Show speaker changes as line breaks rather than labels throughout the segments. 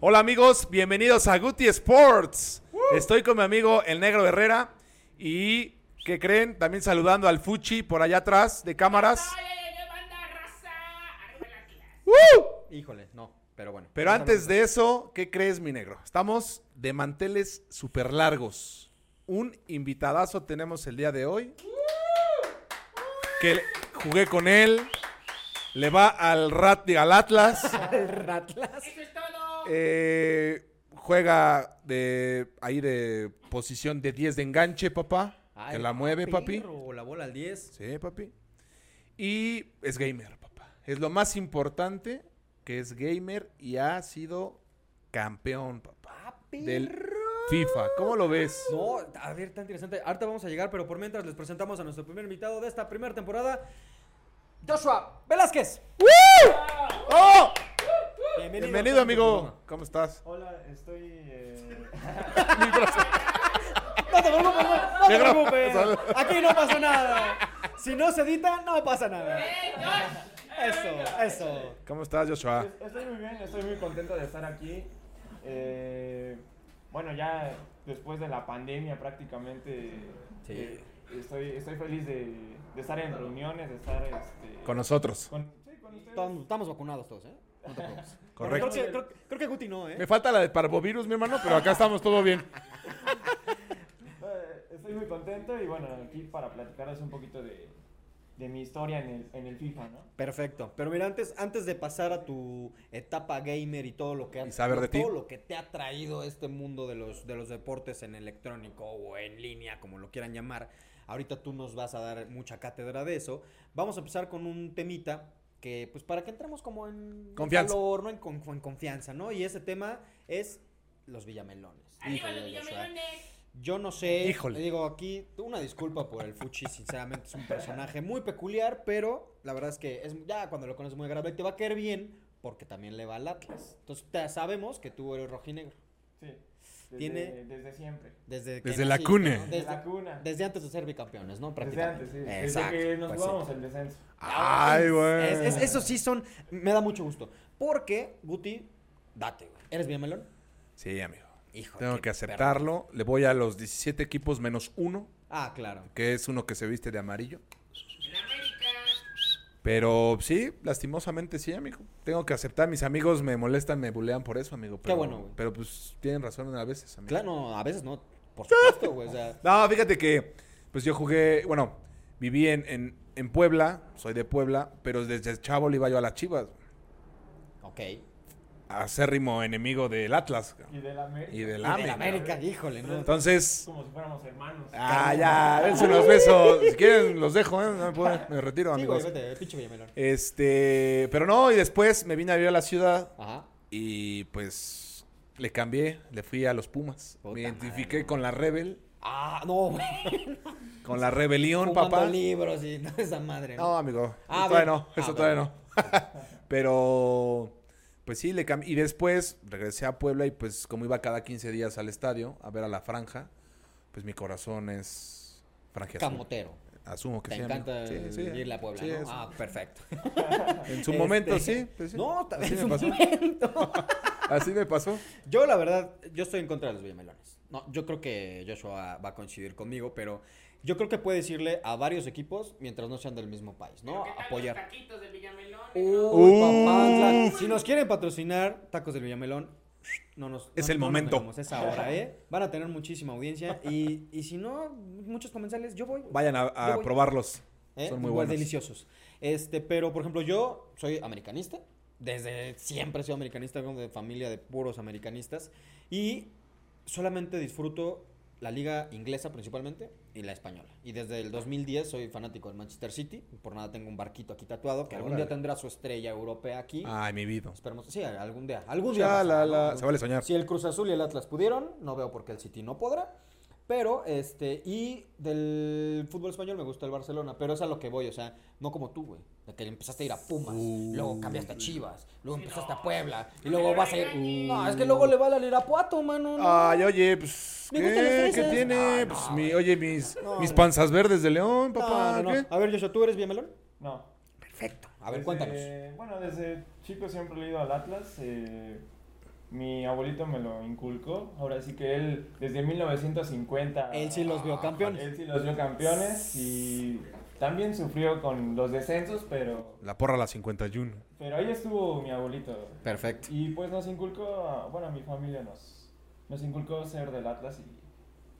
Hola amigos, bienvenidos a Guti Sports. Estoy con mi amigo el Negro Herrera y ¿qué creen? También saludando al Fuchi por allá atrás de cámaras. ¡Uh!
Híjole, no, pero bueno.
Pero antes de eso, ¿qué crees, mi negro? Estamos de manteles súper largos. Un invitadazo tenemos el día de hoy. Que le- jugué con él. Le va al Rat al Atlas. Eh, juega de ahí de posición de 10 de enganche, papá.
Ay,
que la mueve, papi.
perro, la bola al 10.
Sí, papi. Y es gamer, papá. Es lo más importante que es gamer y ha sido campeón, papá. Del FIFA. ¿Cómo lo ves?
Ah, No, a ver, tan interesante. Ahorita vamos a llegar, pero por mientras les presentamos a nuestro primer invitado de esta primera temporada, Joshua Velázquez.
¡Oh!
Bienvenido,
Bienvenido, amigo. ¿Cómo estás?
Hola, estoy. eh,
No te preocupes, no, no te
Negro.
preocupes. Aquí no pasa nada. Si no se edita, no pasa nada. Eso, eso.
¿Cómo estás, Joshua?
es- estoy muy bien, estoy muy contento de estar aquí. Eh, bueno, ya después de la pandemia prácticamente.
Sí.
eh, estoy, estoy feliz de, de estar en reuniones, de estar. Este,
Con nosotros.
con- sí, con ustedes.
Estamos, estamos vacunados todos, ¿eh? No te preocupes.
Correcto.
Creo que, creo, creo que Guti no, ¿eh?
Me falta la de parvovirus, mi hermano, pero acá estamos todo bien.
Eh, estoy muy contento y bueno, aquí para platicarles un poquito de, de mi historia en el, en el FIFA, ¿no?
Perfecto. Pero mira, antes, antes de pasar a tu etapa gamer y todo lo que ha-
Y saber de ti.
todo lo que te ha traído este mundo de los, de los deportes en electrónico o en línea, como lo quieran llamar, ahorita tú nos vas a dar mucha cátedra de eso. Vamos a empezar con un temita que, pues, para que entremos como en
Confianza.
calor, ¿no? En, con- en confianza, ¿no? Y ese tema es los villamelones.
Arriba
Híjole,
los
Joshua.
villamelones.
Yo no sé.
Híjole.
le Digo, aquí, una disculpa por el Fuchi, sinceramente es un personaje muy peculiar, pero la verdad es que es, ya cuando lo conoces muy grave te va a caer bien porque también le va al Atlas. Entonces, ya sabemos que tú eres rojinegro.
Sí. Desde,
Tiene-
desde siempre.
Desde, que
Desde la
naciste,
cuna.
¿no?
Desde
Desde,
la cuna.
desde antes de ser bicampeones, ¿no?
Desde
Prácticamente.
antes, sí.
Exacto,
Desde que nos
pues sí.
jugamos el descenso.
Ay, güey.
Ah, Es- es- eso sí son. Me da mucho gusto. Porque, Guti, date, güey. ¿Eres bien melón?
Sí, amigo.
Hijo.
Tengo
qué
que
perro.
aceptarlo. Le voy a los 17 equipos menos uno,
Ah, claro.
que es uno que se viste de amarillo.
En América.
Pero sí, lastimosamente sí, amigo. Tengo que aceptar. Mis amigos me molestan, me bulean por eso, amigo. Pero,
bueno, güey.
Pero pues tienen razón a veces, amigo.
Claro, no, a veces no. Por supuesto, güey. O sea.
No, fíjate que, pues yo jugué, bueno, viví en, en, en Puebla, soy de Puebla, pero desde chavo le iba yo a las chivas.
Ok.
Acérrimo enemigo del Atlas
Y de la América.
y del
La
AME.
América, híjole, ¿no?
Entonces,
Como si fuéramos hermanos.
ah, ya, dense unos besos. Si quieren, los dejo, ¿eh? No me, puedo- me retiro,
Sí, güey,
amigos.
vete, pinche Villamelón.
Este, pero no, y después me vine a vivir a la ciudad
Ajá.
y pues le cambié, le fui a los Pumas.
Puta
me
madre,
identifiqué con la Rebel,
Ah, no, güey.
con la rebelión,
Fumando
papá.
libros y toda esa madre.
No, amigo,
Ah,
eso todavía
bueno.
no, eso
Ah,
todavía no. pero pues sí le cambié y después regresé a Puebla y pues como iba cada 15 días al estadio a ver a la franja, pues mi corazón es franjeazul.
Camotero.
Asumo que
Te
sí. amigo.
encanta
Sí, sí.
irle a Puebla,
Sí,
¿no?
eso.
Ah, perfecto.
En su
Este,
momento sí, pues, sí.
No, ta-
así
en
me
su
pasó. Así me pasó.
Yo, la verdad, yo estoy en contra de los Villamelones. No, yo creo que Joshua va a coincidir conmigo, pero yo creo que puede decirle a varios equipos mientras no sean del mismo país, ¿no?
¿Qué tal
Apoyar. Uh,
los taquitos de villamelones,
Uy,
no?
Uf.
papantla. Si nos quieren patrocinar tacos del Villamelón, no nos.
Es
no-
el
no nos
momento.
metemos, es ahora, ¿eh? Van a tener muchísima audiencia. Y, y si no, muchos comensales, yo voy.
Vayan a,
Yo
a
voy.
probarlos.
¿eh?
Son muy
Igual
buenos.
deliciosos. Este, pero por ejemplo, yo soy americanista. Desde siempre he sido americanista, vengo de familia de puros americanistas. Y solamente disfruto la liga inglesa principalmente y la española. Y desde el 2010 soy fanático del Manchester City. Por nada tengo un barquito aquí tatuado que algún día
Órale. Ah,
tendrá su estrella europea aquí.
Ay, mi vida.
Esperemos, sí, algún día. Algún día.
Ya,
pasará,
la,
¿no?
la-
Algún-
se vale soñar.
Si el Cruz Azul y el Atlas pudieron, no veo por qué el City no podrá. Pero, este, y del fútbol español me gusta el Barcelona, pero es a lo que voy, o sea, no como tú, güey. De que empezaste a ir a Pumas, luego cambiaste a Chivas, luego empezaste a Puebla, y luego vas a ir. No, es que luego le va al Irapuato, mano. no.
Ay, oye, pues,
Me gustan las
¿qué? ¿Qué
fresas.
tiene?
No, no,
pues,
güey. Ah,
mi, oye, mis,
No,
mis
no.
panzas verdes de león,
No,
papá.
no, no.
¿qué?
A ver, Joshua, ¿tú eres bien melón?
No.
Perfecto. A ver,
Desde-
cuéntanos.
Bueno, desde chico siempre he ido al Atlas. eh, mi abuelito me lo inculcó. Ahora sí que él, desde 1950.
Él sí los vio campeones.
Él sí los vio campeones y también sufrió con los descensos, pero,
La porra a la 51.
pero ahí estuvo mi abuelito.
Perfecto.
Y pues nos inculcó, a- bueno, a mi familia nos, nos inculcó ser del Atlas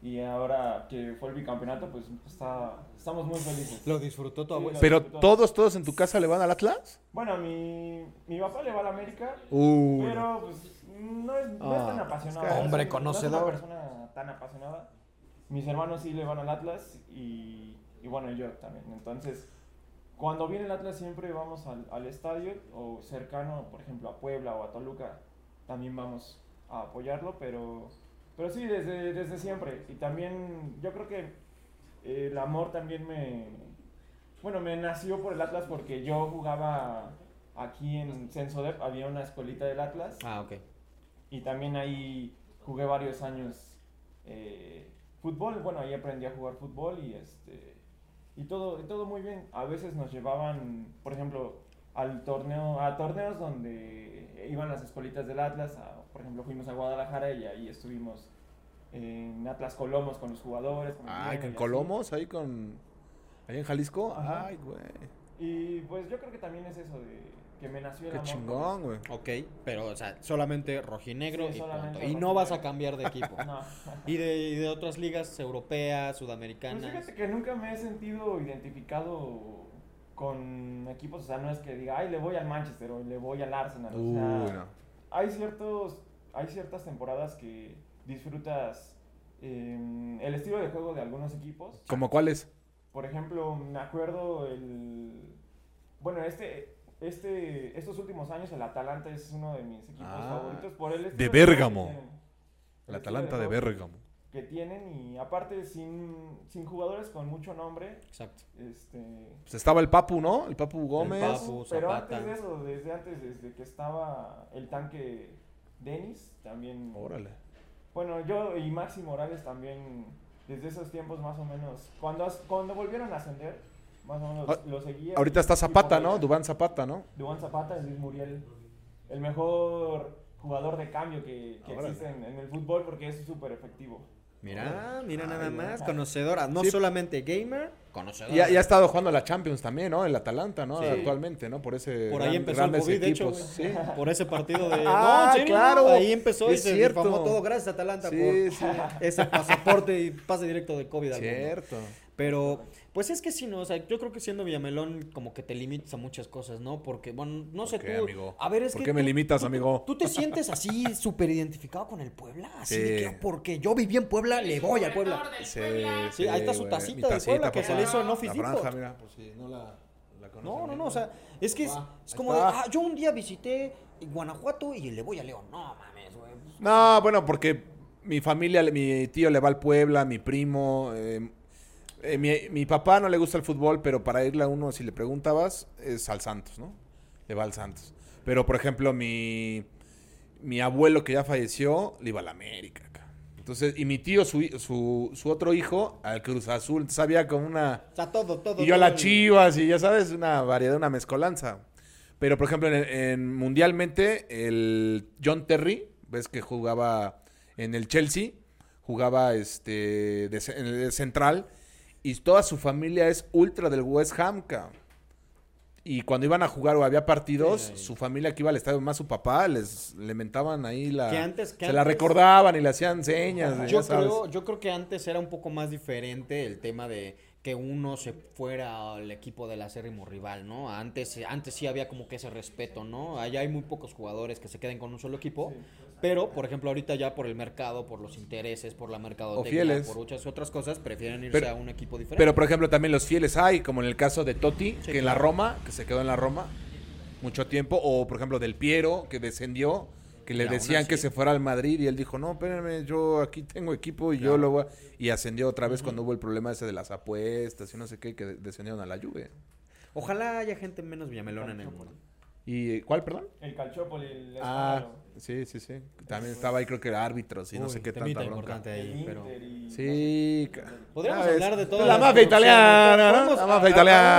y, y ahora que fue el bicampeonato, pues está, estamos muy felices.
Lo disfrutó tu
Sí,
abuelo.
Pero todos, todos en tu casa le van al Atlas.
Bueno, mi, mi papá le va a la América,
Uh,
pero pues no es, no es tan
Ah,
apasionado.
es que-
Hombre
No
conocedor.
es una persona tan apasionada. Mis hermanos sí le van al Atlas y, y bueno, yo también. Entonces, cuando viene el Atlas siempre vamos al, al estadio o cercano, por ejemplo, a Puebla o a Toluca, también vamos a apoyarlo, pero, pero sí, desde, desde siempre. Y también yo creo que eh, el amor también me... Bueno, me nació por el Atlas porque yo jugaba aquí en Sensodep, había una escuelita del Atlas.
Ah, ok.
Y también ahí jugué varios años eh, fútbol. Bueno, ahí aprendí a jugar fútbol y este y todo, y todo muy bien. A veces nos llevaban, por ejemplo, al torneo, a torneos donde iban las escuelitas del Atlas. a- por ejemplo, fuimos a Guadalajara y ahí estuvimos en Atlas Colomos con los jugadores. con el
Ay,
dueño
Ah, con
y así.
Colomos, ahí con. Ahí en Jalisco.
Ajá.
Ay, güey.
Y pues yo creo que también es eso de que me nació el
Qué
amor por
chingón, güey.
Ok, pero, o sea, solamente rojinegro
Sí,
y
solamente
punto. Y no vas a
rojinegro.
cambiar de equipo.
eso. No.
y, de, y de otras ligas europeas,
Pues
sudamericanas.
fíjate que nunca me he sentido identificado con equipos, o sea, no es que diga, ay, le voy al Manchester o le voy al Arsenal. o
Uy,
sea,
no.
hay, ciertos, hay ciertas temporadas que disfrutas eh, el estilo de juego de algunos equipos.
¿Como cuáles?
Por ejemplo, me acuerdo el... Bueno, este... Este, estos últimos años el Atalanta es uno de mis equipos
Ah,
favoritos por el estilo
de
juego que
Bérgamo.
tienen. El
El
estilo
Atalanta de
juego
Bérgamo.
que tienen y aparte sin, sin jugadores con mucho nombre
Exacto.
este,
Pues estaba el Papu, ¿no? El Papu Gómez.
Papu.
pero
Zapata.
antes de eso, desde antes, desde que estaba el tanque Denis, también.
Órale.
Bueno, yo y Maxi Morales también, desde esos tiempos más o menos. Cuando, as- cuando volvieron a ascender, más o menos
Ah,
lo seguía.
Ahorita
y-
está
y
Zapata,
por
¿no?
ahí-
Dubán Zapata, ¿no?
Dubán Zapata y Luis Muriel. El mejor jugador de cambio que, que
Órale.
existe en, en el fútbol porque es súper efectivo.
Mira, mira nada
Ay,
más.
mira.
Conocedora. No
Sí.
solamente gamer, conocedora.
Y ha, y ha estado jugando la Champions también, ¿no? El Atalanta, ¿no?
Sí.
Actualmente, ¿no? Por ese.
Por ahí
gran-
empezó el
grandes
COVID, de hecho,
equipos.
güey.
Sí.
Por ese partido de...
Ah,
No, en serio,
claro.
Ahí empezó y
Es
se
cierto.
difamó todo. Gracias, Atalanta,
Sí,
por
sí.
ese pasaporte y pase directo de COVID al mundo.
Cierto.
Pero, pues es que sí, no, o sea, yo creo que siendo Villamelón como que te limitas a muchas cosas, ¿no? Porque, bueno, no sé
¿Por qué,
tú.
amigo?
A ver, es
¿Por
que
qué me
tú-
limitas,
tú-
amigo?
¿Tú te sientes así súper identificado con el Puebla? Así de
Sí.
que, "Ah, porque yo viví en Puebla, le voy al Puebla. Sí, ahí está su
güey.
tacita
Mi
de Puebla que
por
se le
favor.
hizo en
Office
La
Depot.
franja, mira, por si no la, la conocen
No, no,
bien,
no, o sea, es que es,
Ah,
es
ahí
como de,
está.
ah, yo un día visité Guanajuato y le voy a León. No mames, güey.
No, bueno, porque mi familia, mi tío le va al Puebla, mi primo. eh, eh, mi, mi papá no le gusta el fútbol, pero para irle a uno, si le preguntabas, es al Santos, ¿no? Le va al Santos. Pero, por ejemplo, mi, mi abuelo que ya falleció, le iba al América. cabrón. Entonces, y mi tío, su, hi- su, su otro hijo, al Cruz Azul. Entonces, había como una...
O sea, todo, todo.
Y yo a la
todo.
Chivas, y ya sabes, una variedad, una mezcolanza. Pero, por ejemplo, en, en mundialmente, el John Terry, ves que jugaba en el Chelsea, jugaba este de, ce- en el de central, y toda su familia es ultra del West Ham, cabrón. Y cuando iban a jugar o había partidos,
Sí.
su familia que iba al estadio, más su papá, les le mentaban ahí la...
Que antes- que
se la
antes-
recordaban y le hacían señas, ya
Yo
sabes.
creo, yo creo que antes era un poco más diferente el tema de que uno se fuera al equipo del acérrimo rival, ¿no? Antes, antes sí había como que ese respeto, ¿no? Allá hay muy pocos jugadores que se queden con un solo equipo, pero por ejemplo ahorita ya por el mercado, por los intereses, por la mercadotecnia,
fieles.
por muchas otras cosas, prefieren irse
Pero-
a un equipo diferente.
Pero por ejemplo también los fieles hay, como en el caso de Totti, que en la
claro.
Roma, que se quedó en la Roma mucho tiempo, o por ejemplo del Piero, que descendió, que
Y
le
aún
decían
así.
que se fuera al Madrid y él dijo, no, espérenme, yo aquí tengo equipo y yo lo voy a-". Y ascendió otra vez cuando hubo el problema ese de las apuestas y no sé qué, que descendieron a la Juve.
Ojalá haya gente menos villamelona en el mundo.
¿Y eh, cuál, perdón?
El Calchópoli, el
Ah,
escándalo,
sí, sí, sí. También estaba ahí creo que era árbitros y no
Uy,
sé qué
temita
tanta bronca.
importante ahí,
el
pero...
Inter y-
Sí. ca-
Podríamos
¿sabes?
hablar de todas
La
las
mafia
corrupciones,
italiana,
todo.
¿no? La
Podemos
mafia
a-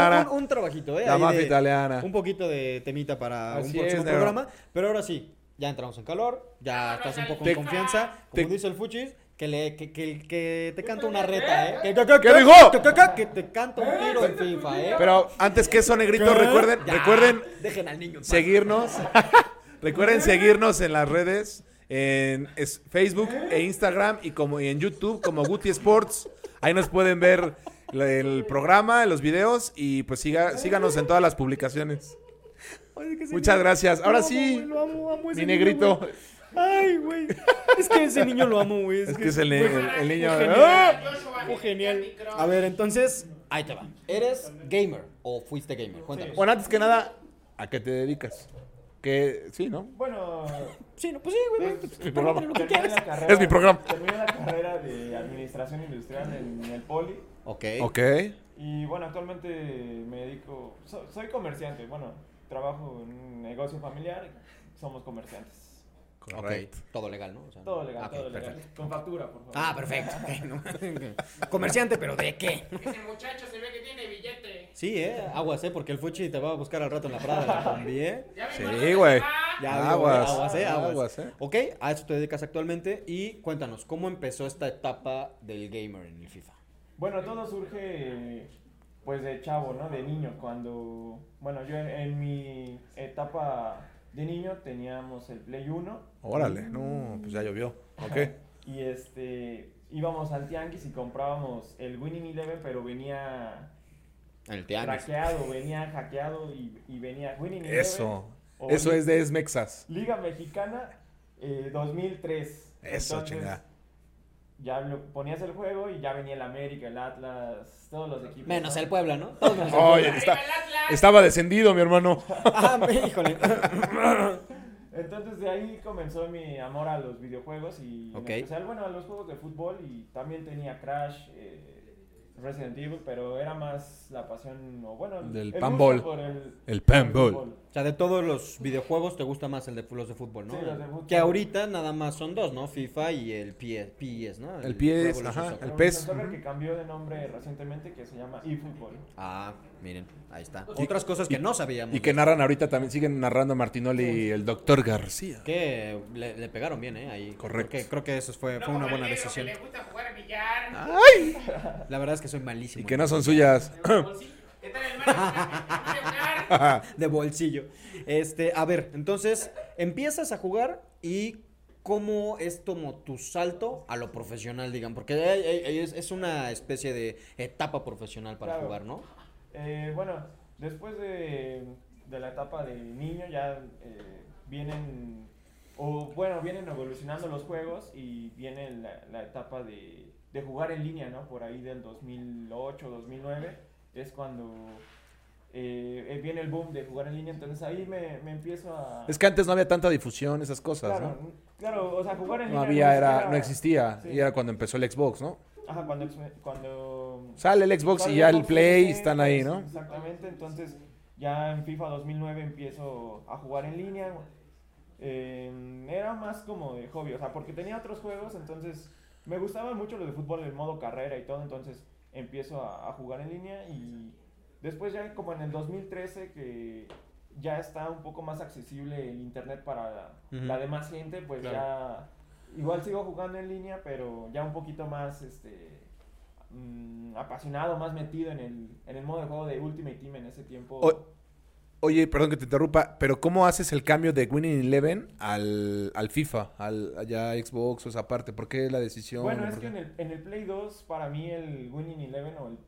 a-
italiana.
Un, un trabajito, ¿eh?
La
Ahí
mafia
de-
italiana.
Un poquito de temita para
Así
un próximo
es, negro.
programa. Pero ahora sí, ya entramos en calor, ya
Ahora
estás un
sal-
poco
Te-
en confianza.
te-
Como dice el Fuchis, que, le, que, que, que te canta una
¿Qué?
reta, ¿eh? Que,
¿Qué dijo?
que- que- que te canta un tiro en FIFA, ¿eh?
Pero antes que eso, negritos,
¿Qué?
recuerden,
Ya,
recuerden
Dejen al niño. en paz.
seguirnos. recuerden seguirnos en las redes, en es- Facebook e Instagram y como y en YouTube como Guti Sports. Ahí nos pueden ver la- el programa, los videos y pues siga, síganos en todas las publicaciones.
Ay, que ese
Muchas
niño-
gracias.
lo
Ahora
amo,
sí,
güey, lo amo, amo ese
mi
niño,
negrito.
güey. Ay, güey. Es que ese niño lo amo, güey.
Es que es el, el- el niño.
Fue
¡Ah!
genial.
Fue
genial. A ver, entonces, ahí te va. ¿Eres gamer o fuiste gamer? Cuéntanos.
Bueno, antes que nada, ¿a qué te dedicas? Que sí, ¿no?
Bueno,
Sí, no, pues sí, güey. pues,
mi programa.
pregúntale lo que
terminé
quieras.
la carrera.
Es mi programa.
Terminé la carrera de administración industrial en, en el poli.
Ok.
Ok.
Y bueno, actualmente me dedico. so- soy comerciante, bueno, trabajo en un negocio familiar. Somos comerciantes.
Ok.
Correcto.
Todo legal, ¿no? O sea,
Todo legal,
Ah, ok,
todo legal.
perfecto.
Con factura, por favor.
Ah, perfecto. ok, no. Comerciante, pero ¿de qué?
Ese muchacho se ve que tiene billete.
Sí, eh. Aguas, eh, porque el Fuchi te va a buscar al rato en la Prada de la combi, eh.
Ya me
Sí,
conoces,
güey.
¿va?
Ya, digo,
Aguas,
eh, aguas, eh, aguas.
aguas, eh.
Ok, a eso te dedicas actualmente y cuéntanos, ¿cómo empezó esta etapa del gamer en el FIFA?
Bueno, todo surge pues de chavo, ¿no? De niño, cuando, bueno, yo en, en mi etapa de niño teníamos el Play 1
Órale, no, pues ya llovió. Ok.
y este íbamos al tianguis y comprábamos el Winning Eleven, pero venía
En el tianguis.
craqueado, venía hackeado y, y venía Winning Eleven.
Eso.
o
Eso
Li-
es de Esmexas.
Liga Mexicana eh, 2003.
Eso,
Entonces,
chinga.
Ya lo- ponías el juego y ya venía el América, el Atlas, todos los equipos.
Menos
¿no?
el Puebla, ¿no? Todos menos el
Oye,
Puebla.
está-
Arriba el Atlas.
estaba descendido, mi hermano.
Ah, híjole.
Entonces de ahí comenzó mi amor a los videojuegos y en
Ok.
especial, bueno, a los juegos de fútbol y también tenía Crash, eh, Resident Evil, pero era más la pasión, o bueno, el-
Del
el gusto
panball.
por el,
El
por el
panball.
fútbol.
O sea, de todos los videojuegos te gusta más el de los de fútbol, ¿no?
Sí, los de fútbol.
Que ahorita nada más son dos, ¿no? FIFA y el PS, PS, ¿no?
El PS,
Revolution
ajá,
Soccer.
el
Pero
PES,
soccer
ujú.
que cambió de nombre recientemente que se llama eFootball.
Ah, miren, ahí está. Otras cosas que no sabíamos.
Y que narran ahorita también, siguen narrando Martinoli y el doctor García.
Que le, le pegaron bien, ¿eh? Ahí.
Correcto.
Creo que, creo que eso fue,
No
fue una
como el
buena
negro que
decisión. Ah.
Le gusta jugar a billar. pues,
La verdad es que soy malísimo.
Y que
en
no
eso.
son suyas.
El bolsillo. ¿Qué tal, hermano? ¿Qué tal jugar?
de bolsillo. Este, a ver, entonces empiezas a jugar y cómo es como tu salto a lo profesional, digan, porque hay- hay- hay- es, es una especie de etapa profesional para
Claro.
jugar, ¿no?
Eh, bueno, después de, de la etapa de niño ya eh, vienen, o bueno, vienen evolucionando los juegos y viene la, la etapa de, de jugar en línea, ¿no? Por ahí del 2008, 2009 es cuando eh, eh, viene el boom de jugar en línea, entonces ahí me, me empiezo a...
Es que antes no había tanta difusión, esas cosas,
claro,
¿no?
claro, o sea, jugar en
No
línea
había, era,
siquiera-
no existía.
Sí.
Y era cuando empezó el Xbox, ¿no?
Ajá, cuando, cuando
Sale el Xbox y
Con
ya el
Xbox
Play
Live,
están ahí,
pues,
¿no?
Exactamente, entonces ya en FIFA 2009 empiezo a jugar en línea. Eh, era más como de hobby, o sea, porque tenía otros juegos, entonces me gustaban mucho los de fútbol, el modo carrera y todo, entonces empiezo a, a jugar en línea y después ya como en el 2013 que ya está un poco más accesible el internet para la,
Ujú.
la demás gente, pues
Claro.
ya igual sigo jugando en línea, pero ya un poquito más este mm, apasionado, más metido en el, en el modo de juego de Ultimate Team en ese tiempo.
O- Oye, perdón que te interrumpa, pero ¿cómo haces el cambio de Winning Eleven al, al FIFA, al allá Xbox o esa parte? ¿Por qué la decisión?
bueno, es
¿Por
que en
qué?
el, en el Play 2 para mí el Winning Eleven o el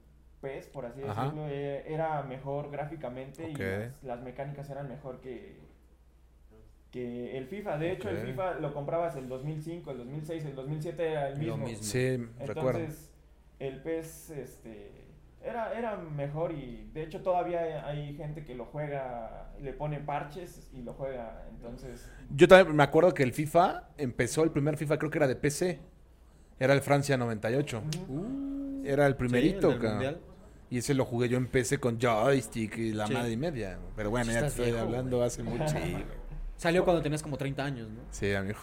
PES, por así
Ajá.
decirlo, eh, era mejor gráficamente
Ok.
y las, las mecánicas eran mejor que, que el FIFA. De hecho,
Ok.
el FIFA lo comprabas el 2005, el 2006, el 2007 era el
Lo
mismo.
mismo.
Sí, recuerdo.
Entonces, el PES este, era, era mejor y de hecho todavía hay gente que lo juega, le pone parches y lo juega. Entonces,
Yo también me acuerdo que el FIFA empezó, el primer FIFA creo que era de PC. Era el Francia 98. Era el primerito,
Uh, Sí, el del
cabrón.
mundial.
Y ese lo jugué yo en PC con joystick y la
Sí.
madre y media. Pero bueno,
Sí
ya te
estás
estoy
viejo,
hablando hace mucho. Sí,
Salió cuando tenías como 30 años, ¿no?
sí, amigo.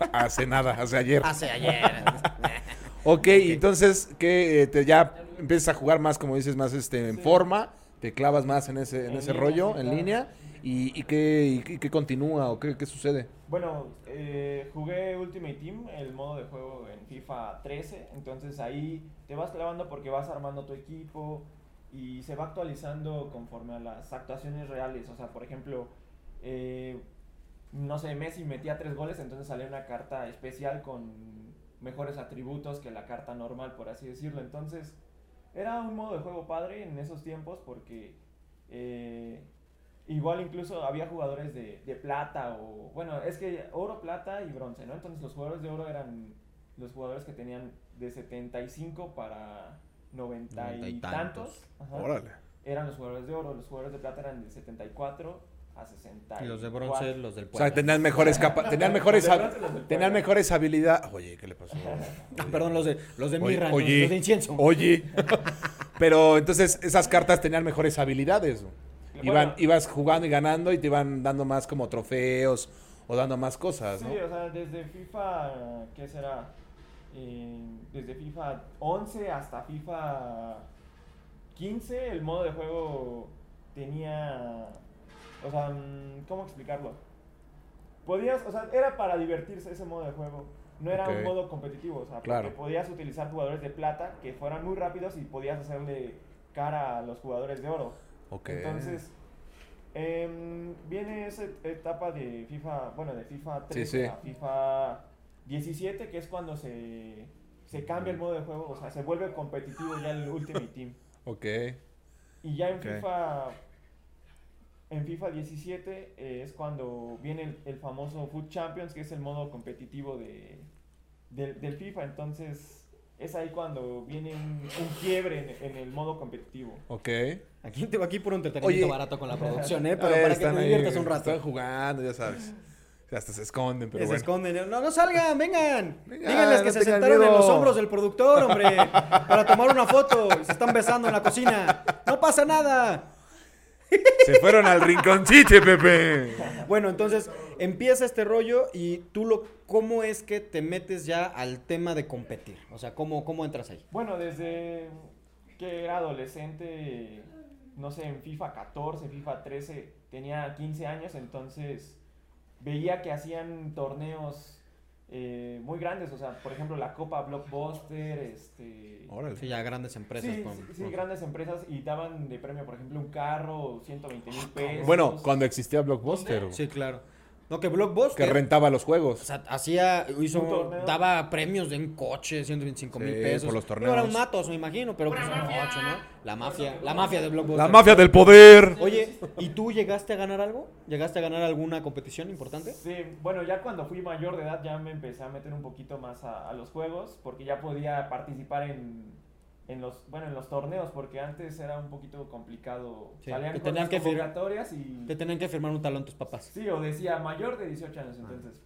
hace nada, hace ayer.
Hace ayer.
eh, Ok, entonces que ya empiezas a jugar más, como dices, más este en forma, te clavas más en ese, en
En
ese
línea,
rollo,
sí,
en
claro.
línea, y, y qué, y qué continúa o qué, qué sucede.
Bueno, eh, jugué Ultimate Team, el modo de juego en FIFA 13, entonces ahí te vas clavando porque vas armando tu equipo y se va actualizando conforme a las actuaciones reales. O sea, por ejemplo, eh, no sé, Messi metía tres goles, entonces sale una carta especial con mejores atributos que la carta normal, por así decirlo. Entonces, era un modo de juego padre en esos tiempos porque... eh, Igual incluso había jugadores de, de plata o... Bueno, es que oro, plata y bronce, ¿no? Entonces los jugadores de oro eran los jugadores que tenían de 75 para 90
Noventa
y,
y
tantos.
tantos.
Ajá.
Órale.
Eran los jugadores de oro, los jugadores de plata eran de 74 a 60.
Y los de bronce, los del
O
pueblo.
sea, tenían mejores capa- tenían mejores
Los de
hab-
bronce, los del
tenían
Puebla.
mejores habilidades. Oye, ¿qué le pasó?
Ah,
Ah, Perdón, los de, los de
Oye,
mirra,
oye.
los de incienso.
Oye. Pero entonces esas cartas tenían mejores habilidades. ¿no? Iban,
Bueno,
ibas jugando y ganando y te iban dando más como trofeos o dando más cosas,
Sí,
¿no?
o sea, desde FIFA, ¿qué será? Eh, desde FIFA 11 hasta FIFA 15, el modo de juego tenía... O sea, mm, ¿cómo explicarlo? Podías, o sea, era para divertirse ese modo de juego. No era
Ok.
un modo competitivo, o sea,
Claro.
porque podías utilizar jugadores de plata que fueran muy rápidos y podías hacerle cara a los jugadores de oro.
Ok.
Entonces, em, viene esa etapa de FIFA, bueno, de FIFA 13
sí.
a FIFA 17, que es cuando se, se cambia el
Mm.
modo de juego, o sea, se vuelve competitivo ya el Ultimate Team.
ok.
Y ya en
Ok.
FIFA en FIFA 17 eh, es cuando viene el, el famoso Food Champions, que es el modo competitivo de, del- del FIFA. Entonces, es ahí cuando viene un, un quiebre en- en el modo competitivo.
Ok.
Aquí te va aquí por un entretenimiento
Oye.
barato con la producción, ¿eh? Pero
Eh,
para que te
ahí,
diviertas un
Están
rato.
jugando, ya sabes. Hasta se esconden, pero
Se
bueno.
esconden. ¿eh? No, no salgan, vengan.
Venga,
Díganles que
no
se
tengan
sentaron en
miedo.
los hombros del productor, hombre. Para tomar una foto. Y se están besando en la cocina. No pasa nada.
Se fueron al rinconcito, Pepe.
Bueno, entonces empieza este rollo y tú lo. ¿Cómo es que te metes ya al tema de competir? O sea, ¿cómo, cómo entras ahí?
Bueno, desde que era adolescente, no sé, en FIFA 14, FIFA 13, tenía 15 años, entonces veía que hacían torneos eh, muy grandes, o sea, por ejemplo, la Copa Blockbuster, este...
Órale.
Sí, ya grandes empresas.
Sí,
con-
sí, sí,
con-
grandes empresas y daban de premio, por ejemplo, un carro, 120
Ah,
mil pesos.
Bueno, cuando existía Blockbuster, güey,
Sí, claro. No, que Blockbuster.
que rentaba los
O
juegos.
sea, hacía, hizo,
Un torneo.
daba premios de un coche, 125 mil
Sí,
pesos.
por los
Pero eran
torneos.
matos, me imagino, pero pues
Pura
un
mafia.
coche, ¿no? La mafia, la mafia de Blockbuster.
La mafia del poder.
Oye, ¿y tú llegaste a ganar algo? ¿Llegaste a ganar alguna competición importante?
Sí, bueno, ya cuando fui mayor de edad ya me empecé a meter un poquito más a, a los juegos, porque ya podía participar en, en los, bueno, en los torneos, porque antes era un poquito complicado.
Sí,
Salían
te
con
tenían
las
que firmar.
convocatorias y...
Te tenían que firmar un talón tus papás.
Sí, o decía mayor de 18
Ah.
años, entonces...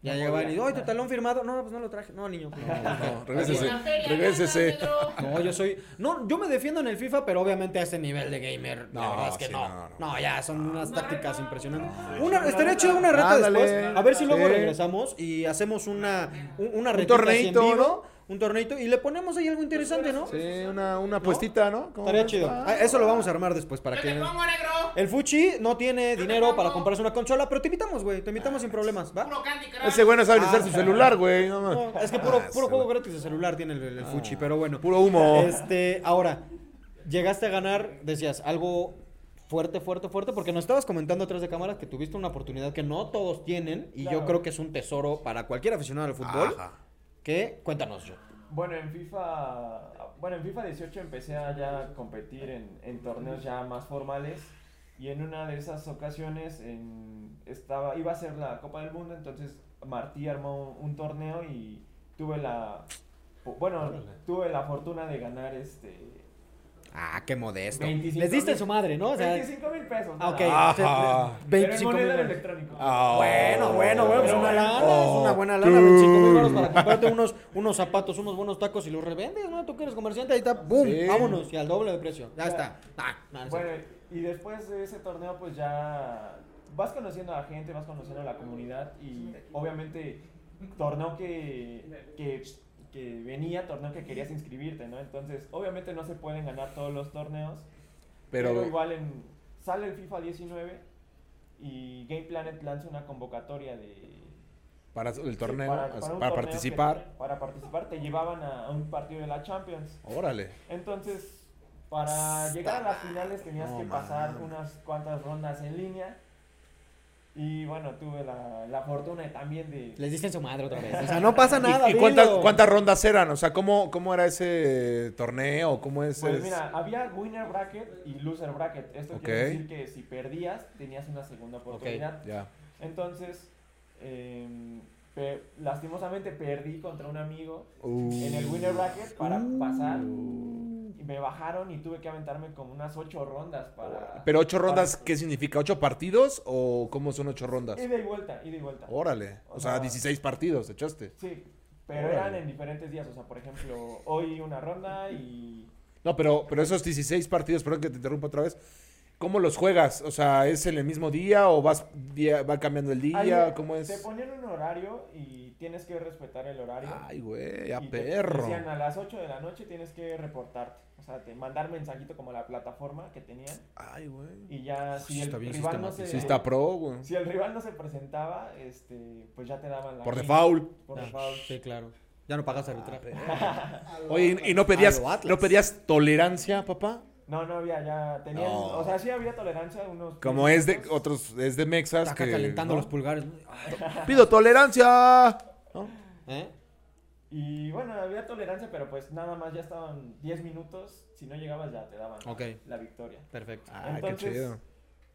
Ya
No
llegaban y,
podía.
¡ay, tu talón firmado! No, pues no lo traje. No, niño. pues, no, no, no.
No, regrésese.
La feria,
Regrésese.
nada, Pedro.
No, yo soy. No, yo me defiendo en el FIFA, pero obviamente a ese nivel de gamer, la
No,
verdad es que
sí,
no.
no,
No,
no.
ya, son unas tácticas impresionantes.
No,
Una, estaría chido una reta
Ándale.
después. A ver si luego
Sí.
regresamos y hacemos una, un- una
Un
retita así en
torneito,
vivo,
¿no?
un torneito y le ponemos ahí algo interesante, ¿no?
Sí, una, una puestita, ¿no? ¿Cómo
Estaría
ves?
chido.
Ah,
Ah, Eso lo vamos a armar después para
Yo
que. Ah.
te pongo negro.
El Fuchi no tiene
te
dinero para
pongo.
comprarse una consola, pero te invitamos, güey. Te invitamos sin problemas, ¿va?
Puro Candy Crush.
Ese güey no sabe ni usar
Ah.
su celular, güey. no mames.
No, es que
Ah,
puro, puro
ese
juego
güey.
gratis de celular tiene el, el Fuchi, pero bueno.
Puro humo.
Este, ahora, llegaste a ganar, decías, algo fuerte, fuerte, fuerte, porque nos estabas comentando atrás de cámaras que tuviste una oportunidad que no todos tienen, y yo
Claro.
creo que es un tesoro para cualquier aficionado al fútbol.
Ajá.
Que, cuéntanos yo.
Bueno, en FIFA, bueno, en FIFA 18 empecé a ya competir en, en torneos ya más formales y en una de esas ocasiones en- estaba, iba a ser la Copa del Mundo, entonces Martí armó un, un torneo y tuve la, bueno, tuve la fortuna de ganar este
Ah, qué modesto.
25
Les diste
mil.
su madre, ¿no? O sea,
25 mil pesos.
ah, ok.
nada.
Ajá.
Pero en
25 mil
moneda
dólares.
electrónica.
Ah,
Bueno, bueno, bueno, es
Pero
una
bueno.
lana,
Oh,
es una buena lana,
dude.
25 mil baros para comprarte unos, unos zapatos, unos buenos tacos y los revendes, ¿no? Tú que eres comerciante, ahí está, ¡boom!
Sí.
Vámonos, y al doble de precio, ya
Ya.
está. Ah, no, no es
Bueno, y después de ese torneo, pues ya vas conociendo a la gente, vas conociendo a la comunidad y obviamente torneo que, que, que venía, torneo que querías inscribirte, ¿no? Entonces, obviamente no se pueden ganar todos los torneos,
Pero,
igual en, sale el FIFA 19 y Game Planet lanza una convocatoria de
para el torneo,
Sí,
as-
un
para
torneo
participar.
que- para participar te llevaban a, a un partido de la Champions.
Órale.
Entonces, para llegar a las finales tenías
No
que pasar unas cuantas rondas en línea. Y bueno, tuve la, la fortuna también de...
Les dicen su madre otra vez. O sea, no pasa
¿Y-
nada.
¿Y, cuántas,
dilo.
cuántas rondas eran? O sea, ¿cómo, cómo era ese torneo? ¿Cómo es?
Pues
es-
mira, había winner bracket y loser bracket. Esto
Ok.
quiere decir que si perdías tenías una segunda oportunidad.
Ya.
Entonces, em, pe- lastimosamente perdí contra un amigo
Uh.
en el winner bracket para
Uh.
pasar. Y me bajaron y tuve que aventarme como unas ocho rondas para...
Pero ocho rondas,
para-
¿qué significa? ¿Ocho partidos o cómo son ocho rondas?
Ida y vuelta, ida y vuelta.
Órale. O
O
sea,
sea,
16 partidos, echaste.
Sí, pero
Órale.
eran en diferentes días. O sea, por ejemplo, hoy una ronda y...
No, pero, pero esos 16 partidos, perdón que te interrumpa otra vez. ¿Cómo los juegas? O sea, ¿es en el mismo día o vas día- va cambiando el día?
Ahí
¿Cómo
Te
es?
ponían un horario y tienes que respetar el horario.
Ay, güey, a
Y te
perro.
Decían a las 8 de la noche tienes que reportarte. O sea, te mandar mensajito como la plataforma que tenían.
Ay, güey.
Y ya
sí
si el
está bien
rival no se.
sistematizado.
Sí está pro, güey.
Si el rival no se presentaba, este, pues ya te daban la.
Por Ah,
quinta,
default.
Por
Ah,
default.
Sí, claro. Ya no pagas arbitraje.
Oye, ¿y y no pedías,
A lo Atlas.
no pedías tolerancia, papá?
No, no había, ya tenían.
No.
O sea, sí había tolerancia, unos.
Como
15
es de
minutos.
otros, es de mexas
Acá
que
calentando
¿no?
los pulgares. ¿no?
Pido tolerancia. ¿no?
¿Eh?
Y bueno, había tolerancia, pero pues nada más ya estaban 10 minutos. Si no llegabas, ya te daban
Ok.
la victoria.
Perfecto.
Ah,
Entonces,
qué chido.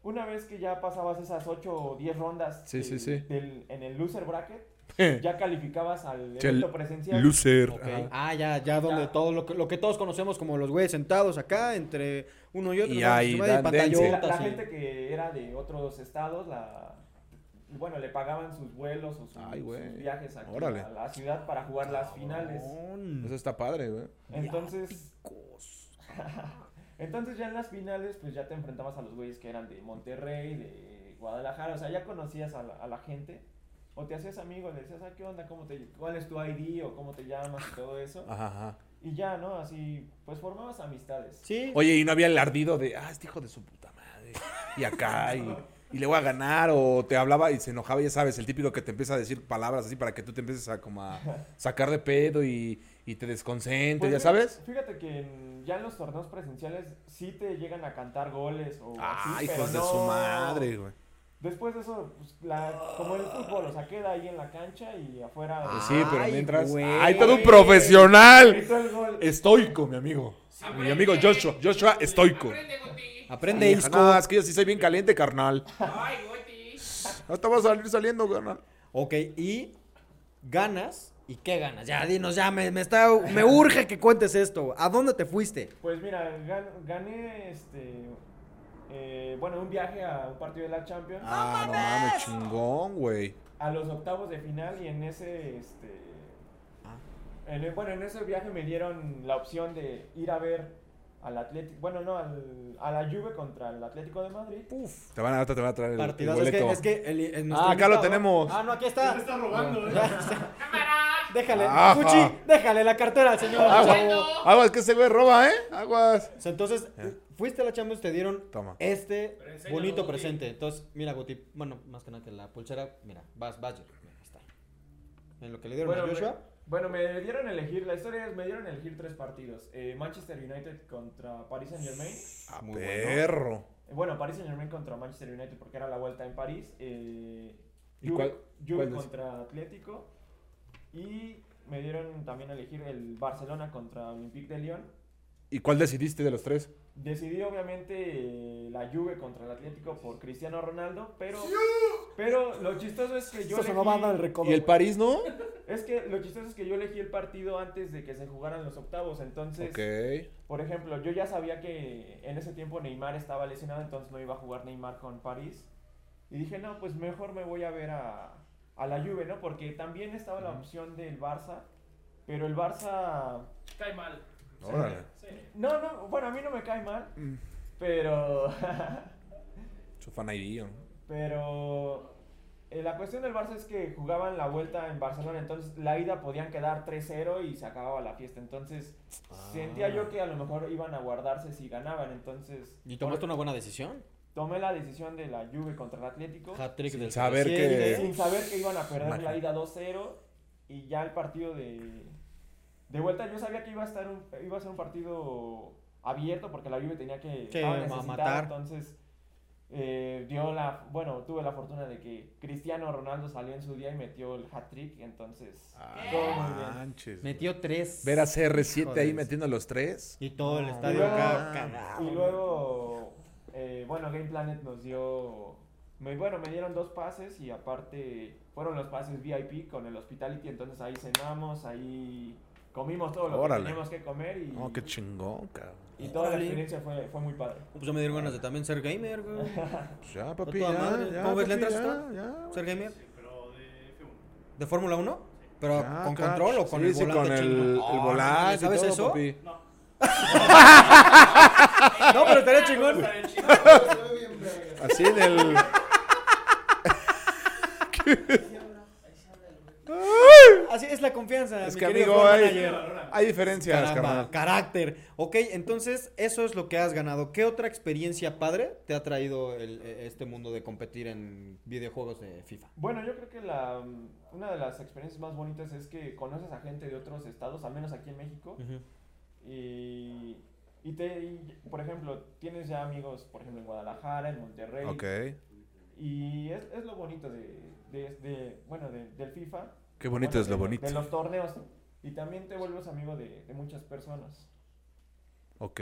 Una vez que ya pasabas esas 8 o 10 rondas
Sí, sí, sí.
del- en el loser bracket, ya calificabas al
Chel-
evento presencial.
Loser.
Ok.
Ajá.
Ah, ya, ya donde
Ya.
todo lo que, lo que todos conocemos como los güeyes sentados acá entre uno y otro.
Y
¿no?
ahí
Y
dan
Sí,
dense.
pantallotas
la, la
y-
gente que era de otros estados, la bueno, le pagaban sus vuelos o su-
Ay, güey.
sus viajes aquí
Órale.
a la ciudad para jugar las finales.
Cabrón.
Eso está padre, güey.
Entonces, entonces ya en las finales, pues ya te enfrentabas a los güeyes que eran de Monterrey, de Guadalajara, o sea, ya conocías a la, a la gente. O te hacías amigo, le decías, ah, ¿qué onda? ¿Cómo te, ¿Cuál es tu ID? ¿O cómo te llamas? Y todo eso.
Ajá, ajá.
Y ya, ¿no? Así, pues formabas amistades.
Sí.
Oye, y no había el ardido de, ah, este hijo de su puta madre. Y acá, y, y le voy a ganar. O te hablaba y se enojaba, ya sabes, el típico que te empieza a decir palabras así para que tú te empieces a como a sacar de pedo y, y te desconcentres,
Pues
ya
fí-
sabes.
Fíjate que en- ya en los torneos presenciales sí te llegan a cantar goles o
Ah,
así,
hijos
pero
de su
no-
madre, güey.
Después de eso, pues, la- como el fútbol, o sea, queda ahí en la cancha y afuera.
Pues sí, pero
Ay,
mientras.
güey.
¡Ay, todo un profesional!
gritó el gol.
Estoico, mi amigo. Mi amigo Joshua. Joshua, estoico.
Aprende, Guti.
Aprende
Hija,
Isco.
No, es que yo sí soy bien caliente, carnal.
Ay, Guti.
No te vas a salir saliendo, carnal.
Ok, y ganas. ¿Y qué ganas? Ya, dinos, ya, me, me está, me urge que cuentes esto. ¿A dónde te fuiste?
Pues mira, gan- gané este. eh, bueno, un viaje a un partido de la Champions,
Ah, no mames, chingón, güey.
a los octavos de final y en ese. Este,
Ah.
en el- bueno, en ese viaje me dieron la opción de ir a ver al Atlético. Bueno, no, al- a la Juve contra el Atlético de Madrid.
Puf.
Te van a, ahorita te van a traer el, el
Partidas. Es
boleto.
que, es que el- el- nuestro
Ah, acá lo
invitado-
tenemos.
Ah, no, aquí está.
robando, ¿eh?
Ya, sí.
Cámara.
déjale,
Ajá. Ah,
Puchi, déjale la cartera al señor.
Agua.
Bueno.
Aguas, que ese güey roba, ¿eh? Aguas.
O sea, entonces, fuiste a la Champions, te dieron
Toma.
este
Pero enséñalo,
bonito
Guti.
presente. Entonces, mira, Guti, bueno, más que nada que la pulsera, mira, vas, vas, Jerry. Mira, ahí está. En lo que le dieron
Bueno,
a Joshua.
me, bueno, me dieron a elegir, la historia es, me dieron a elegir tres partidos. Eh, Manchester United contra Paris Saint Germain.
Ah,
Muy bueno.
perro.
Eh, Bueno, Paris Saint Germain contra Manchester United porque era la vuelta en París. Eh,
¿Y
Juve-
cuál-
Juve
cuál es?
contra Atlético. Y me dieron también a elegir el Barcelona contra Olympique de Lyon.
¿Y cuál decidiste de los tres?
Decidí obviamente eh, la Juve contra el Atlético por Cristiano Ronaldo, pero, pero lo chistoso es que yo
Esto sonó banda del
elegí,
recodo.
¿Y el
güey.
París, no?
es que lo chistoso es que yo elegí el partido antes de que se jugaran los octavos, entonces
Ok.
Por ejemplo, yo ya sabía que en ese tiempo Neymar estaba lesionado, entonces no iba a jugar Neymar con París. Y dije, no, pues mejor me voy a ver a, a la Juve, ¿no? Porque también estaba la opción del Barça, pero el Barça...
Cae mal.
Órale.
No, no, bueno, a mí no me cae mal,
Mm.
pero...
Su fan ID, ¿o no?
pero... eh, la cuestión del Barça es que jugaban la vuelta en Barcelona, entonces la ida podían quedar 3-0 y se acababa la fiesta. Entonces sentía yo que a lo mejor iban a guardarse si ganaban. Entonces
Ah. ¿Y tomaste
por-
una buena decisión?
tomé la decisión de la Juve contra el Atlético
Hat-trick
Sin
del
saber que-
presidente.
sin saber que iban a perder
Imagínate.
la ida 2-0 y ya el partido de de vuelta yo sabía que iba a estar un, iba a ser un partido abierto porque la Juve tenía que
Sí,
estaba
ma-
necesitada,
matar.
entonces eh, dio la bueno tuve la fortuna de que Cristiano Ronaldo salió en su día y metió el hat trick entonces
Ah,
todo
no
muy bien.
manches.
Metió tres.
Ver a CR7 ahí
Híjoles.
metiendo los tres.
Y todo el
No,
estadio
luego-
acá.
Ah.
cagado.
Y luego, eh, bueno, Game Planet nos dio. Me, bueno, me dieron dos pases y aparte fueron los pases VIP con el Hospitality. Entonces ahí cenamos, ahí comimos todo lo
Órale.
que teníamos que comer y,
No, qué chingón, cabrón.
y toda la
Órale.
experiencia fue, fue muy padre.
Pues ya me dieron ganas de también ser gamer, güey.
Pues ya, papi,
toda
ya,
madre.
ya,
¿Cómo ves, le
papi,
entras
ya,
tú?
ya.
Ser gamer.
Pero de F1.
¿De Fórmula 1? ¿Pero
Ya,
con
Ah, claro.
control o con
Sí,
el
sí,
volante?
con el,
chingón?
el
Ah,
volante y
¿Sabes
todo,
eso?
papi.
No.
No, pero estaría chingón.
Así en el...
Así es la confianza.
es
Ah, mi
que,
querido
amigo,
floor
hay,
manager.
hay diferencias,
Caramba,
carnal.
carácter. Ok, entonces eso es lo que has ganado. ¿Qué otra experiencia padre te ha traído el- eh, este mundo de competir en videojuegos de FIFA?
Bueno, yo creo que la, mm, una de las experiencias más bonitas es que conoces a gente de otros estados, al menos aquí en México. Y, y te, y, por ejemplo, tienes ya amigos, por ejemplo, en Guadalajara, en Monterrey.
Ok.
Y es, es lo bonito de, de- de- bueno, de- del FIFA.
Qué bonito
Bueno,
es lo
de-
bonito.
De los torneos. Y también te vuelves amigo de, de muchas personas.
Ok.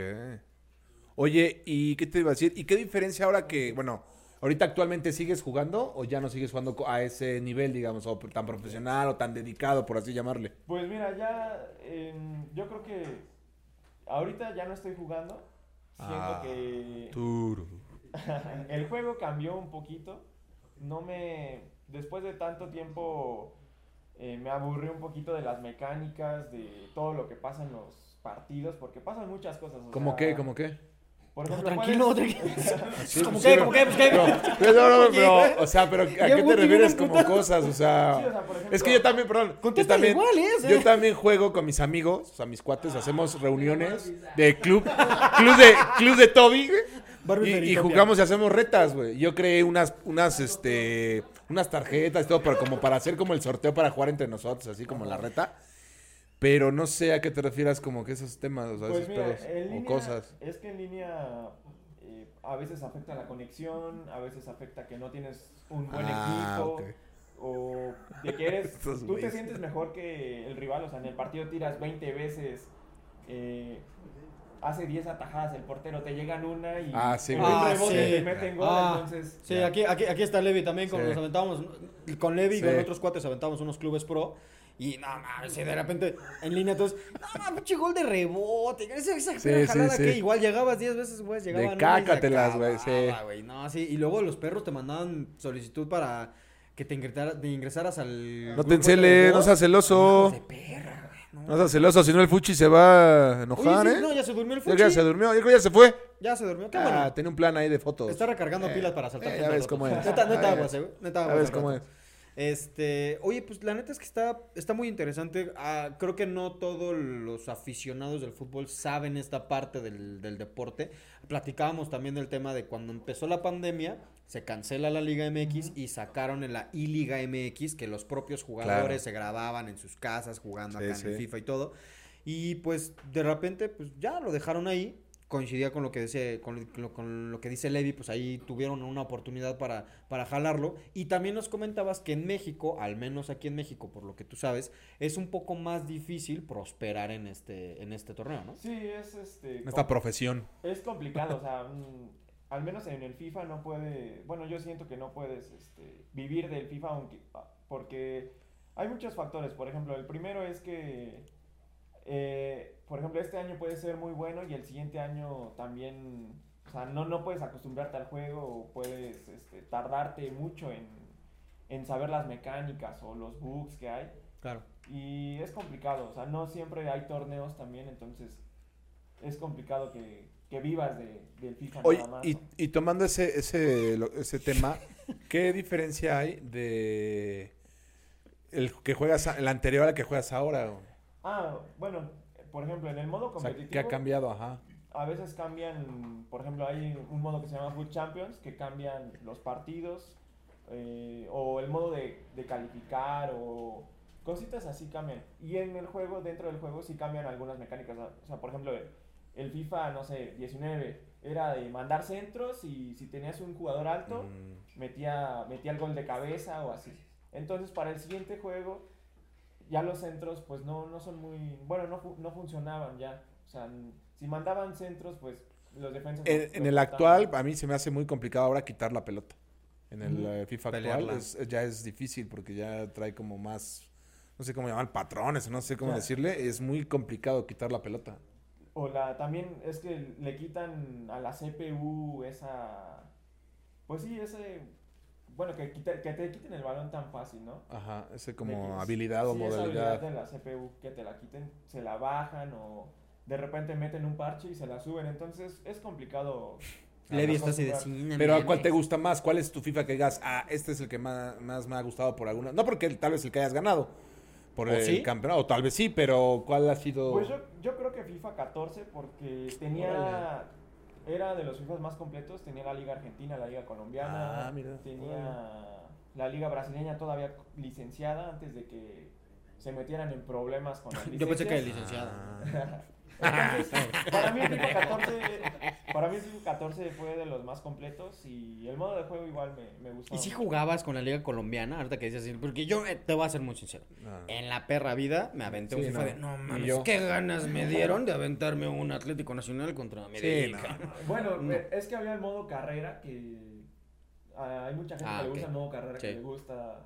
Oye, ¿y qué te iba a decir? ¿Y qué diferencia ahora que, bueno, ahorita actualmente sigues jugando o ya no sigues jugando co- a ese nivel, digamos, o tan profesional o tan dedicado, por así llamarle?
Pues mira, ya em, yo creo que ahorita ya no estoy jugando. Siento
Ah,
que
Duro.
el juego cambió un poquito. No me... Después de tanto tiempo eh, me aburrí un poquito de las mecánicas, de todo lo que pasa en los partidos, porque pasan muchas cosas. o
¿Cómo
sea,
qué? ¿Cómo qué?
Por
No,
ejemplo,
tranquilo,
puedes-
tranquilo.
Sí,
¿Cómo
pues,
qué?
sí,
¿Cómo qué? Pues, qué?
pero- pero, no, no,
Oye,
pero,
güey.
o sea, pero ¿a qué te
Ya voy que
refieres
vienen
como
putando.
cosas? O sea,
Sí, o sea, por ejemplo-
es que yo también, perdón, yo
Contestan
también,
igual, ¿eh?
yo también juego con mis amigos, o sea, mis cuates, hacemos reuniones de club, club de, club de Toby, güey.
Barbie
Y- Y,
Feritopia.
jugamos y hacemos retas, güey. Yo creé unas, unas, este, unas tarjetas y todo, pero como para hacer como el sorteo para jugar entre nosotros, así como la reta. Pero no sé a qué te refieras como que esos temas, o sea,
Pues
esos
mira,
pedos
en
o
línea-
cosas.
Es que en línea eh, a veces afecta la conexión, a veces afecta que no tienes un buen
Ah,
equipo.
ok.
O te quieres,
Estos
tú te
güeyes.
sientes mejor que el rival, o sea, en el partido tiras 20 veces, eh, hace 10 atajadas el portero, te llegan una y
Ah, sí,
en
güey.
un
Ah,
rebote
sí.
te meten gol,
Ah,
entonces...
Sí,
Ya.
aquí, aquí, aquí está Levi también, con,
Sí.
nos aventábamos, y con Levi y
Sí.
con otros cuates aventábamos unos clubes pro. Y no mames, y de repente en línea todos, no mames, pinche gol de rebote, esa, esa
Sí,
pura
sí,
jalada
sí.
que igual llegabas 10 veces, güey, llegaban una y se
cácatelas, güey, sí.
acababa, güey, No, sí, y luego los perros te mandaban solicitud para que te ingresara- te ingresaras, al
No
grupo
te
de
encele,
los
no seas celoso.
hijos de perra, güey, no.
No seas celoso, si no el Fuchi se va a
Oye,
enojar,
sí,
¿eh?
no, ya se durmió el
Yo creo
fuchi.
que ya se durmió, yo creo que ya se fue.
Ya se durmió, qué
Ah,
bueno.
tenía un plan ahí de fotos.
Está recargando pilas para saltar.
eh, ya
gente al
ves
rato.
cómo es.
Neta, neta
Ya
aguas, eh, güey. Neta
Ya
aguas
ves
al
cómo es.
rato. Este, oye, pues la neta es que está, está muy interesante. Ah, creo que no todos los aficionados del fútbol saben esta parte del, del deporte. Platicábamos también del tema de cuando empezó la pandemia, se cancela la Liga MX y sacaron en la I-Liga MX que los propios jugadores se grababan en sus casas jugando
Sí,
acá en el
sí.
FIFA y todo. Y pues de repente, pues ya lo dejaron ahí. Coincidía con lo que dice, con lo, con lo que dice Levi, pues ahí tuvieron una oportunidad para, para jalarlo. Y también nos comentabas que en México, al menos aquí en México, por lo que tú sabes, es un poco más difícil prosperar en este, en este torneo, ¿no?
Sí, es este...
En Esta
com-
profesión.
es complicado, o sea, mm, al menos en el FIFA no puede, bueno, yo siento que no puedes este, vivir del FIFA aunque, ah, porque hay muchos factores, por ejemplo, el primero es que, eh, por ejemplo, este año puede ser muy bueno y el siguiente año también, o sea, no, no puedes acostumbrarte al juego o puedes este, tardarte mucho en, en saber las mecánicas o los bugs que hay
Claro.
y es complicado, o sea, no siempre hay torneos también, entonces es complicado que, que vivas de, del FIFA
Oye,
nada más.
y,
¿no?
y tomando ese, ese, lo- ese tema, ¿qué diferencia hay de el que juegas, a- el anterior al que juegas ahora? güey?
Ah, bueno, por ejemplo, en el modo
O sea,
competitivo
¿qué ha cambiado? Ajá.
a veces cambian, por ejemplo, hay un modo que se llama Food Champions, que cambian los partidos, eh, o el modo de, de calificar, o cositas así cambian. Y en el juego, dentro del juego, sí cambian algunas mecánicas. O sea, por ejemplo, el, el FIFA, no sé, 19, era de mandar centros y si tenías un jugador alto,
Mm.
metía, metía el gol de cabeza o así. Entonces, para el siguiente juego, ya los centros, pues no, no son muy. Bueno, no, fu- no funcionaban ya. O sea, n- si mandaban centros, pues los defensas.
En,
los-
en
los
el
cortaban.
actual, a mí se me hace muy complicado ahora quitar la pelota. En el
Ujú.
eh, FIFA
Pelearla.
actual es- ya es difícil porque ya trae como más, no sé cómo llamar, patrones, no sé cómo
Ya.
decirle. Es muy complicado quitar la pelota.
O la, también es que le quitan a la CPU esa. Pues sí, ese. Bueno, que, quita- que te quiten el balón tan fácil, ¿no?
Ajá, ese
de que
como
es-
habilidad o
sí, esa
modalidad.
habilidad de la CPU que te la quiten, se la bajan o de repente meten un parche y se la suben. Entonces es complicado.
Levi está
mejor
así de
jugar.
cine.
Pero ¿a
meme".
cuál te gusta más? ¿Cuál es tu FIFA que digas, ah, este es el que más, más me ha gustado por alguna? No porque tal vez el que hayas ganado por
¿O
el
sí?
campeonato, o tal vez sí, pero ¿cuál ha sido?
Pues yo, yo creo que FIFA 14 porque tenía...
Órale.
Era de los FIFA más completos, tenía la Liga Argentina, la Liga Colombiana,
Ah, mira,
tenía la Liga Brasileña todavía licenciada antes de que se metieran en problemas con las
Yo pensé que el
licencias.
licenciado.
Ah,
Entonces, para mí el FIFA 14, para mí el FIFA 14 fue de los más completos y el modo de juego igual me, me gustó.
¿Y si jugabas con la liga colombiana? Ahorita que dices así, porque yo eh, te voy a ser muy sincero.
Ah.
En la perra vida me aventé un
Sí,
FIFA
no.
de no
Ni
mames,
yo.
qué ganas me dieron de aventarme un Atlético Nacional contra
Sí,
América.
no.
Bueno,
No.
eh, es que había el modo carrera que ah, hay mucha gente
Ah,
que le
ok.
gusta el modo carrera,
Sí.
que le gusta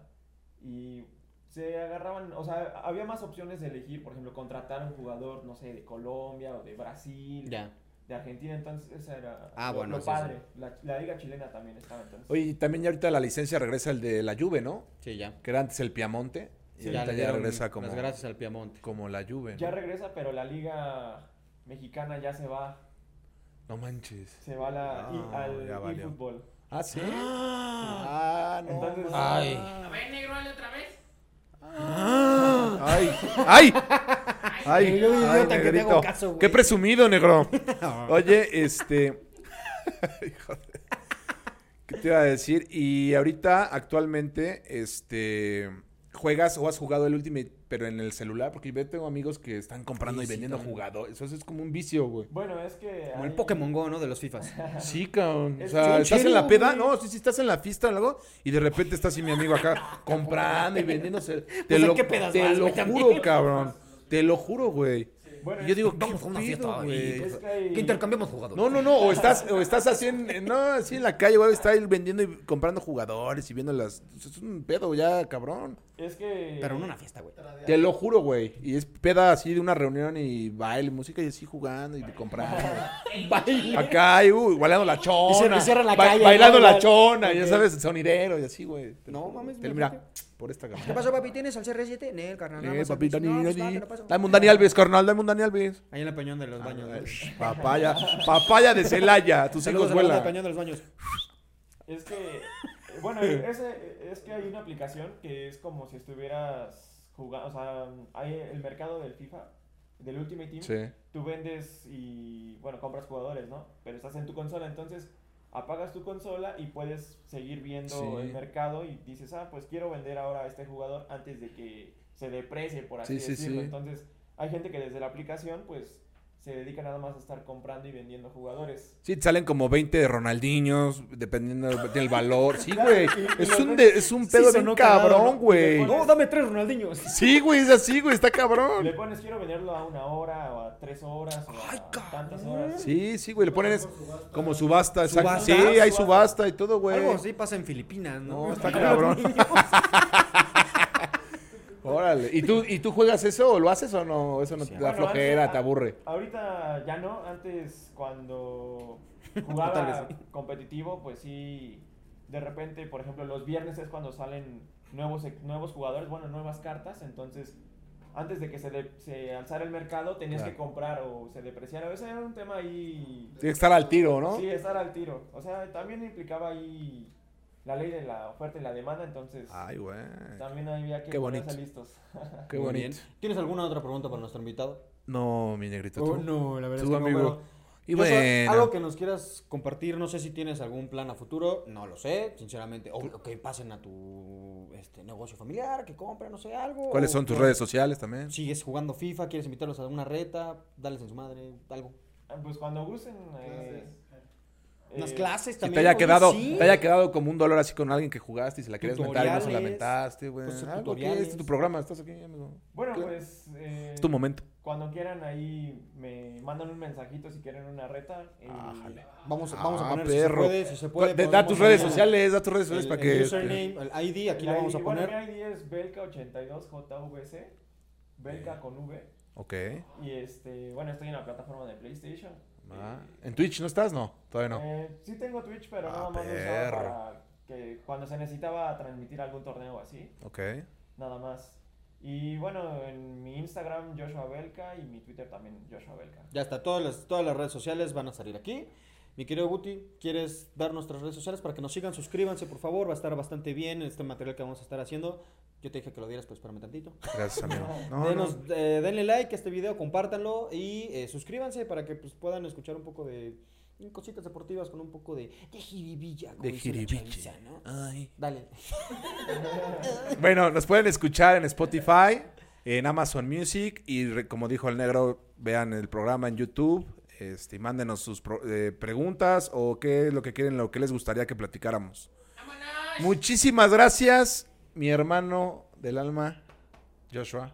y se agarraban, o sea, había más opciones de elegir, por ejemplo, contratar a un jugador, no sé, de Colombia o de Brasil,
Ya.
de Argentina, entonces esa era
Ah,
lo,
bueno,
lo
sí,
padre. La, la liga chilena también estaba entonces.
Oye, y también ya ahorita la licencia regresa el de la Juve, ¿no?
Sí, ya.
Que era antes el Piamonte. Y
Sí,
ahorita ya,
le dieron
regresa como,
Las gracias al Piamonte.
como la Juve. ¿no?
Ya regresa, pero la liga mexicana ya se va,
No manches.
se va a la y-
Ah,
al
ya valió.
eFootball.
Ah, sí. Ah, no.
Entonces-
manches.
Ay.
A ver, negro, dale otra vez.
Ah. Ay. Ay. Ay,
Ay, yo idiota que te hago
negrito.
caso, güey.
Qué presumido, negro. Oye, este. Hijo de- ¿Qué te iba a decir? Y ahorita, actualmente, este. ¿Juegas o has jugado el Ultimate, pero en el celular? Porque yo tengo amigos que están comprando
Sí,
y
sí,
vendiendo
también.
jugadores. Eso es como un vicio, güey.
Bueno, es que
Como el
hay-
Pokémon Go, ¿no? De los FIFAs.
Sí, cabrón. O
Es
sea,
un
estás en
chingo,
la peda,
güey.
no, sí, sí, estás en la fiesta o algo, y de repente está así mi amigo acá comprando y vendiéndose. Te
sea,
lo,
Pues, ¿qué pedas
te
vas,
lo
güey, también?
juro, cabrón. Te lo juro, güey.
Bueno,
Y yo
es-
digo,
Vamos
¿qué
a una
pedo,
fiesta pues.
güey?
y
es que hay-
Que intercambiamos jugadores.
No, no, no, o estás, o estás así en, en- no, así en la calle, güey, está él vendiendo y comprando jugadores y viendo las. pues, Es un pedo ya, cabrón.
es que
Pero no una fiesta, güey.
Te lo juro, güey. Y es peda así de una reunión y baile, música y así jugando y comprando.
Baile.
Acá, y, uy, bailando la chona.
y cierra la
Ba-
calle,
Bailando
¿no?
la
Ya-
chona, ya
Ok.
sabes, el sonidero y así, güey. Te lo
No,
juro.
mames,
Te-
mira.
Mira, por esta cámara.
¿Qué pasó, papi? ¿Tienes al CR7? Nel, carnal. nada
Eh,
más al
papi,
bici.
Dani,
No, pues, va,
Dani.
te lo paso.
Dame un Dani Alves, carnal, dame un Dani Alves.
Ahí en la Peñón Pues, de los Baños. Ah, güey.
Papaya, papaya de Celaya, tus
Saludos
hijos
a la banda de
vuelan.
Peñón de los Baños.
Es que, bueno, ese- es que hay una aplicación que es como si estuvieras jugando, o sea, hay el mercado del FIFA, del Ultimate Team,
Sí.
tú vendes y, bueno, compras jugadores, ¿no? Pero estás en tu consola, entonces apagas tu consola y puedes seguir viendo
Sí.
el mercado y dices, ah, pues quiero vender ahora a este jugador antes de que se deprecie, por así
Sí, sí,
decirlo.
sí.
Entonces, hay gente que desde la aplicación, pues, se dedica nada más a estar comprando y vendiendo jugadores.
Sí, te salen como 20 de Ronaldinhos, dependiendo del del valor. Sí, güey. Es un, de- es un pedo
Sí,
de
sonó
un
cagado,
cabrón,
¿no?
güey.
No, dame tres Ronaldinhos.
Sí, güey, es así, güey, está
Le
cabrón.
pones quiero venderlo a una hora o a tres horas o a tantas horas.
Sí, sí, güey, le ponen es- como subasta. exacto.
¿Subasta?
Sí, hay subasta y todo, güey.
Algo así pasa en Filipinas, ¿no?
No, está cabrón. Órale. ¿Y tú, ¿Y tú juegas eso o lo haces o no? Eso no te da
Bueno,
flojera,
antes-
te aburre.
Ahorita ya no, antes cuando
Tal vez
jugaba
sí.
competitivo, pues sí, de repente, por ejemplo, los viernes es cuando salen nuevos, nuevos jugadores, bueno, nuevas cartas, entonces antes de que se, de- se alzara el mercado tenías
Claro.
que comprar o se depreciara. Ese era un tema ahí...
Tiene que estar al tiro, ¿no?
Sí, estar al tiro. O sea, también implicaba ahí la ley de la oferta y la demanda, entonces
Ay, güey.
también había que
Ah, qué
ponerse
bonito.
listos.
Qué
Muy
bonito.
bien. ¿Tienes alguna otra pregunta para nuestro invitado?
No, mi negrito. tú.
Oh, no, la
Tú, amigo. Y
Yo sé,
bueno.
Algo que nos quieras compartir, no sé si tienes algún plan a futuro, no lo sé, sinceramente. O o que pasen a tu este, negocio familiar, que compren, no sé, algo.
¿Cuáles
o
son tus
que
redes sociales también?
¿Sigues jugando FIFA? ¿Quieres invitarlos a alguna reta? Dales en su madre, algo.
Ah, Pues cuando gusten... eh,
Unas
eh,
clases
Si
también.
te haya,
oye,
quedado,
sí.
te haya quedado como un dolor así con alguien que jugaste y se la querías mentar y no se la
Tutoriales.
mentaste, güey.
Pues,
Algo que-
tutoriales.
este es tu programa, estás aquí. amigo.
Bueno,
Claro.
pues... eh,
Es tu momento.
Cuando quieran ahí me mandan un mensajito si quieren una reta. y-
Ájale.
Vamos, vamos a
Ah,
poner
perro.
si se puede, si se puede.
Da- da
ponemos
tus redes
mañana
sociales, da tus redes sociales
El,
para
el
que. este-
username, el ID, aquí
y
lo
ahí-
vamos a
y bueno,
poner.
mi ID es Belka82JVC, Belka con V.
Ok.
Y este, bueno, estoy en la plataforma de PlayStation.
Va. ¿En Twitch no estás? No, todavía no.
Eh, sí tengo Twitch, pero
Ah,
nada más lo usaba
perro.
para que cuando se necesitaba transmitir algún torneo o así,
Ok.
nada más. Y bueno, en mi Instagram Joshua Belka y mi Twitter también Joshua Belka.
Ya está, todas las, todas las redes sociales van a salir aquí. Mi querido Guti, ¿quieres dar nuestras redes sociales para que nos sigan? Suscríbanse, por favor, va a estar bastante bien este material que vamos a estar haciendo. Yo te dije que lo dieras, pero espérame tantito.
Gracias, amigo. Ah, No, no.
Denos- eh, denle like a este video, compártanlo y eh, suscríbanse para que pues, puedan escuchar un poco de mm, cositas deportivas con un poco de, de jiribilla. como
De
dice la
jiribiche.
chaviza, ¿no?
Ay.
Dale.
Bueno, nos pueden escuchar en Spotify, en Amazon Music y re- como dijo el negro, vean el programa en YouTube. Este, y mándenos sus pro- eh, preguntas o qué es lo que quieren, lo que les gustaría que platicáramos.
Vámonos.
Muchísimas gracias, mi hermano del alma, Joshua.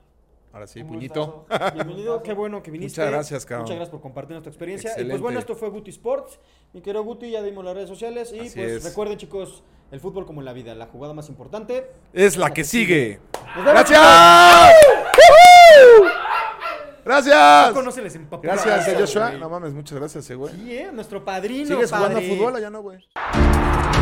Ahora sí,
Un
puñito.
gustazo.
Bienvenido, qué bueno que viniste.
Muchas gracias, cabrón.
Muchas gracias por compartir nuestra experiencia. Y
Excelente.
pues bueno, esto fue Guti Sports. Mi querido Guti, ya dimos las redes sociales. Y
Así
pues
es.
recuerden, chicos, el fútbol como en la vida, la jugada más importante.
Es la que sigue.
Nos vemos.
¡Gracias! ¡Woo!
Paco, no
¡Gracias!
se les empapó la
Gracias,
cabeza,
Joshua.
güey.
No mames, muchas gracias, eh, güey.
Sí, eh, nuestro padrino.
¿Sigues jugando a
padre.
fútbol allá no, güey?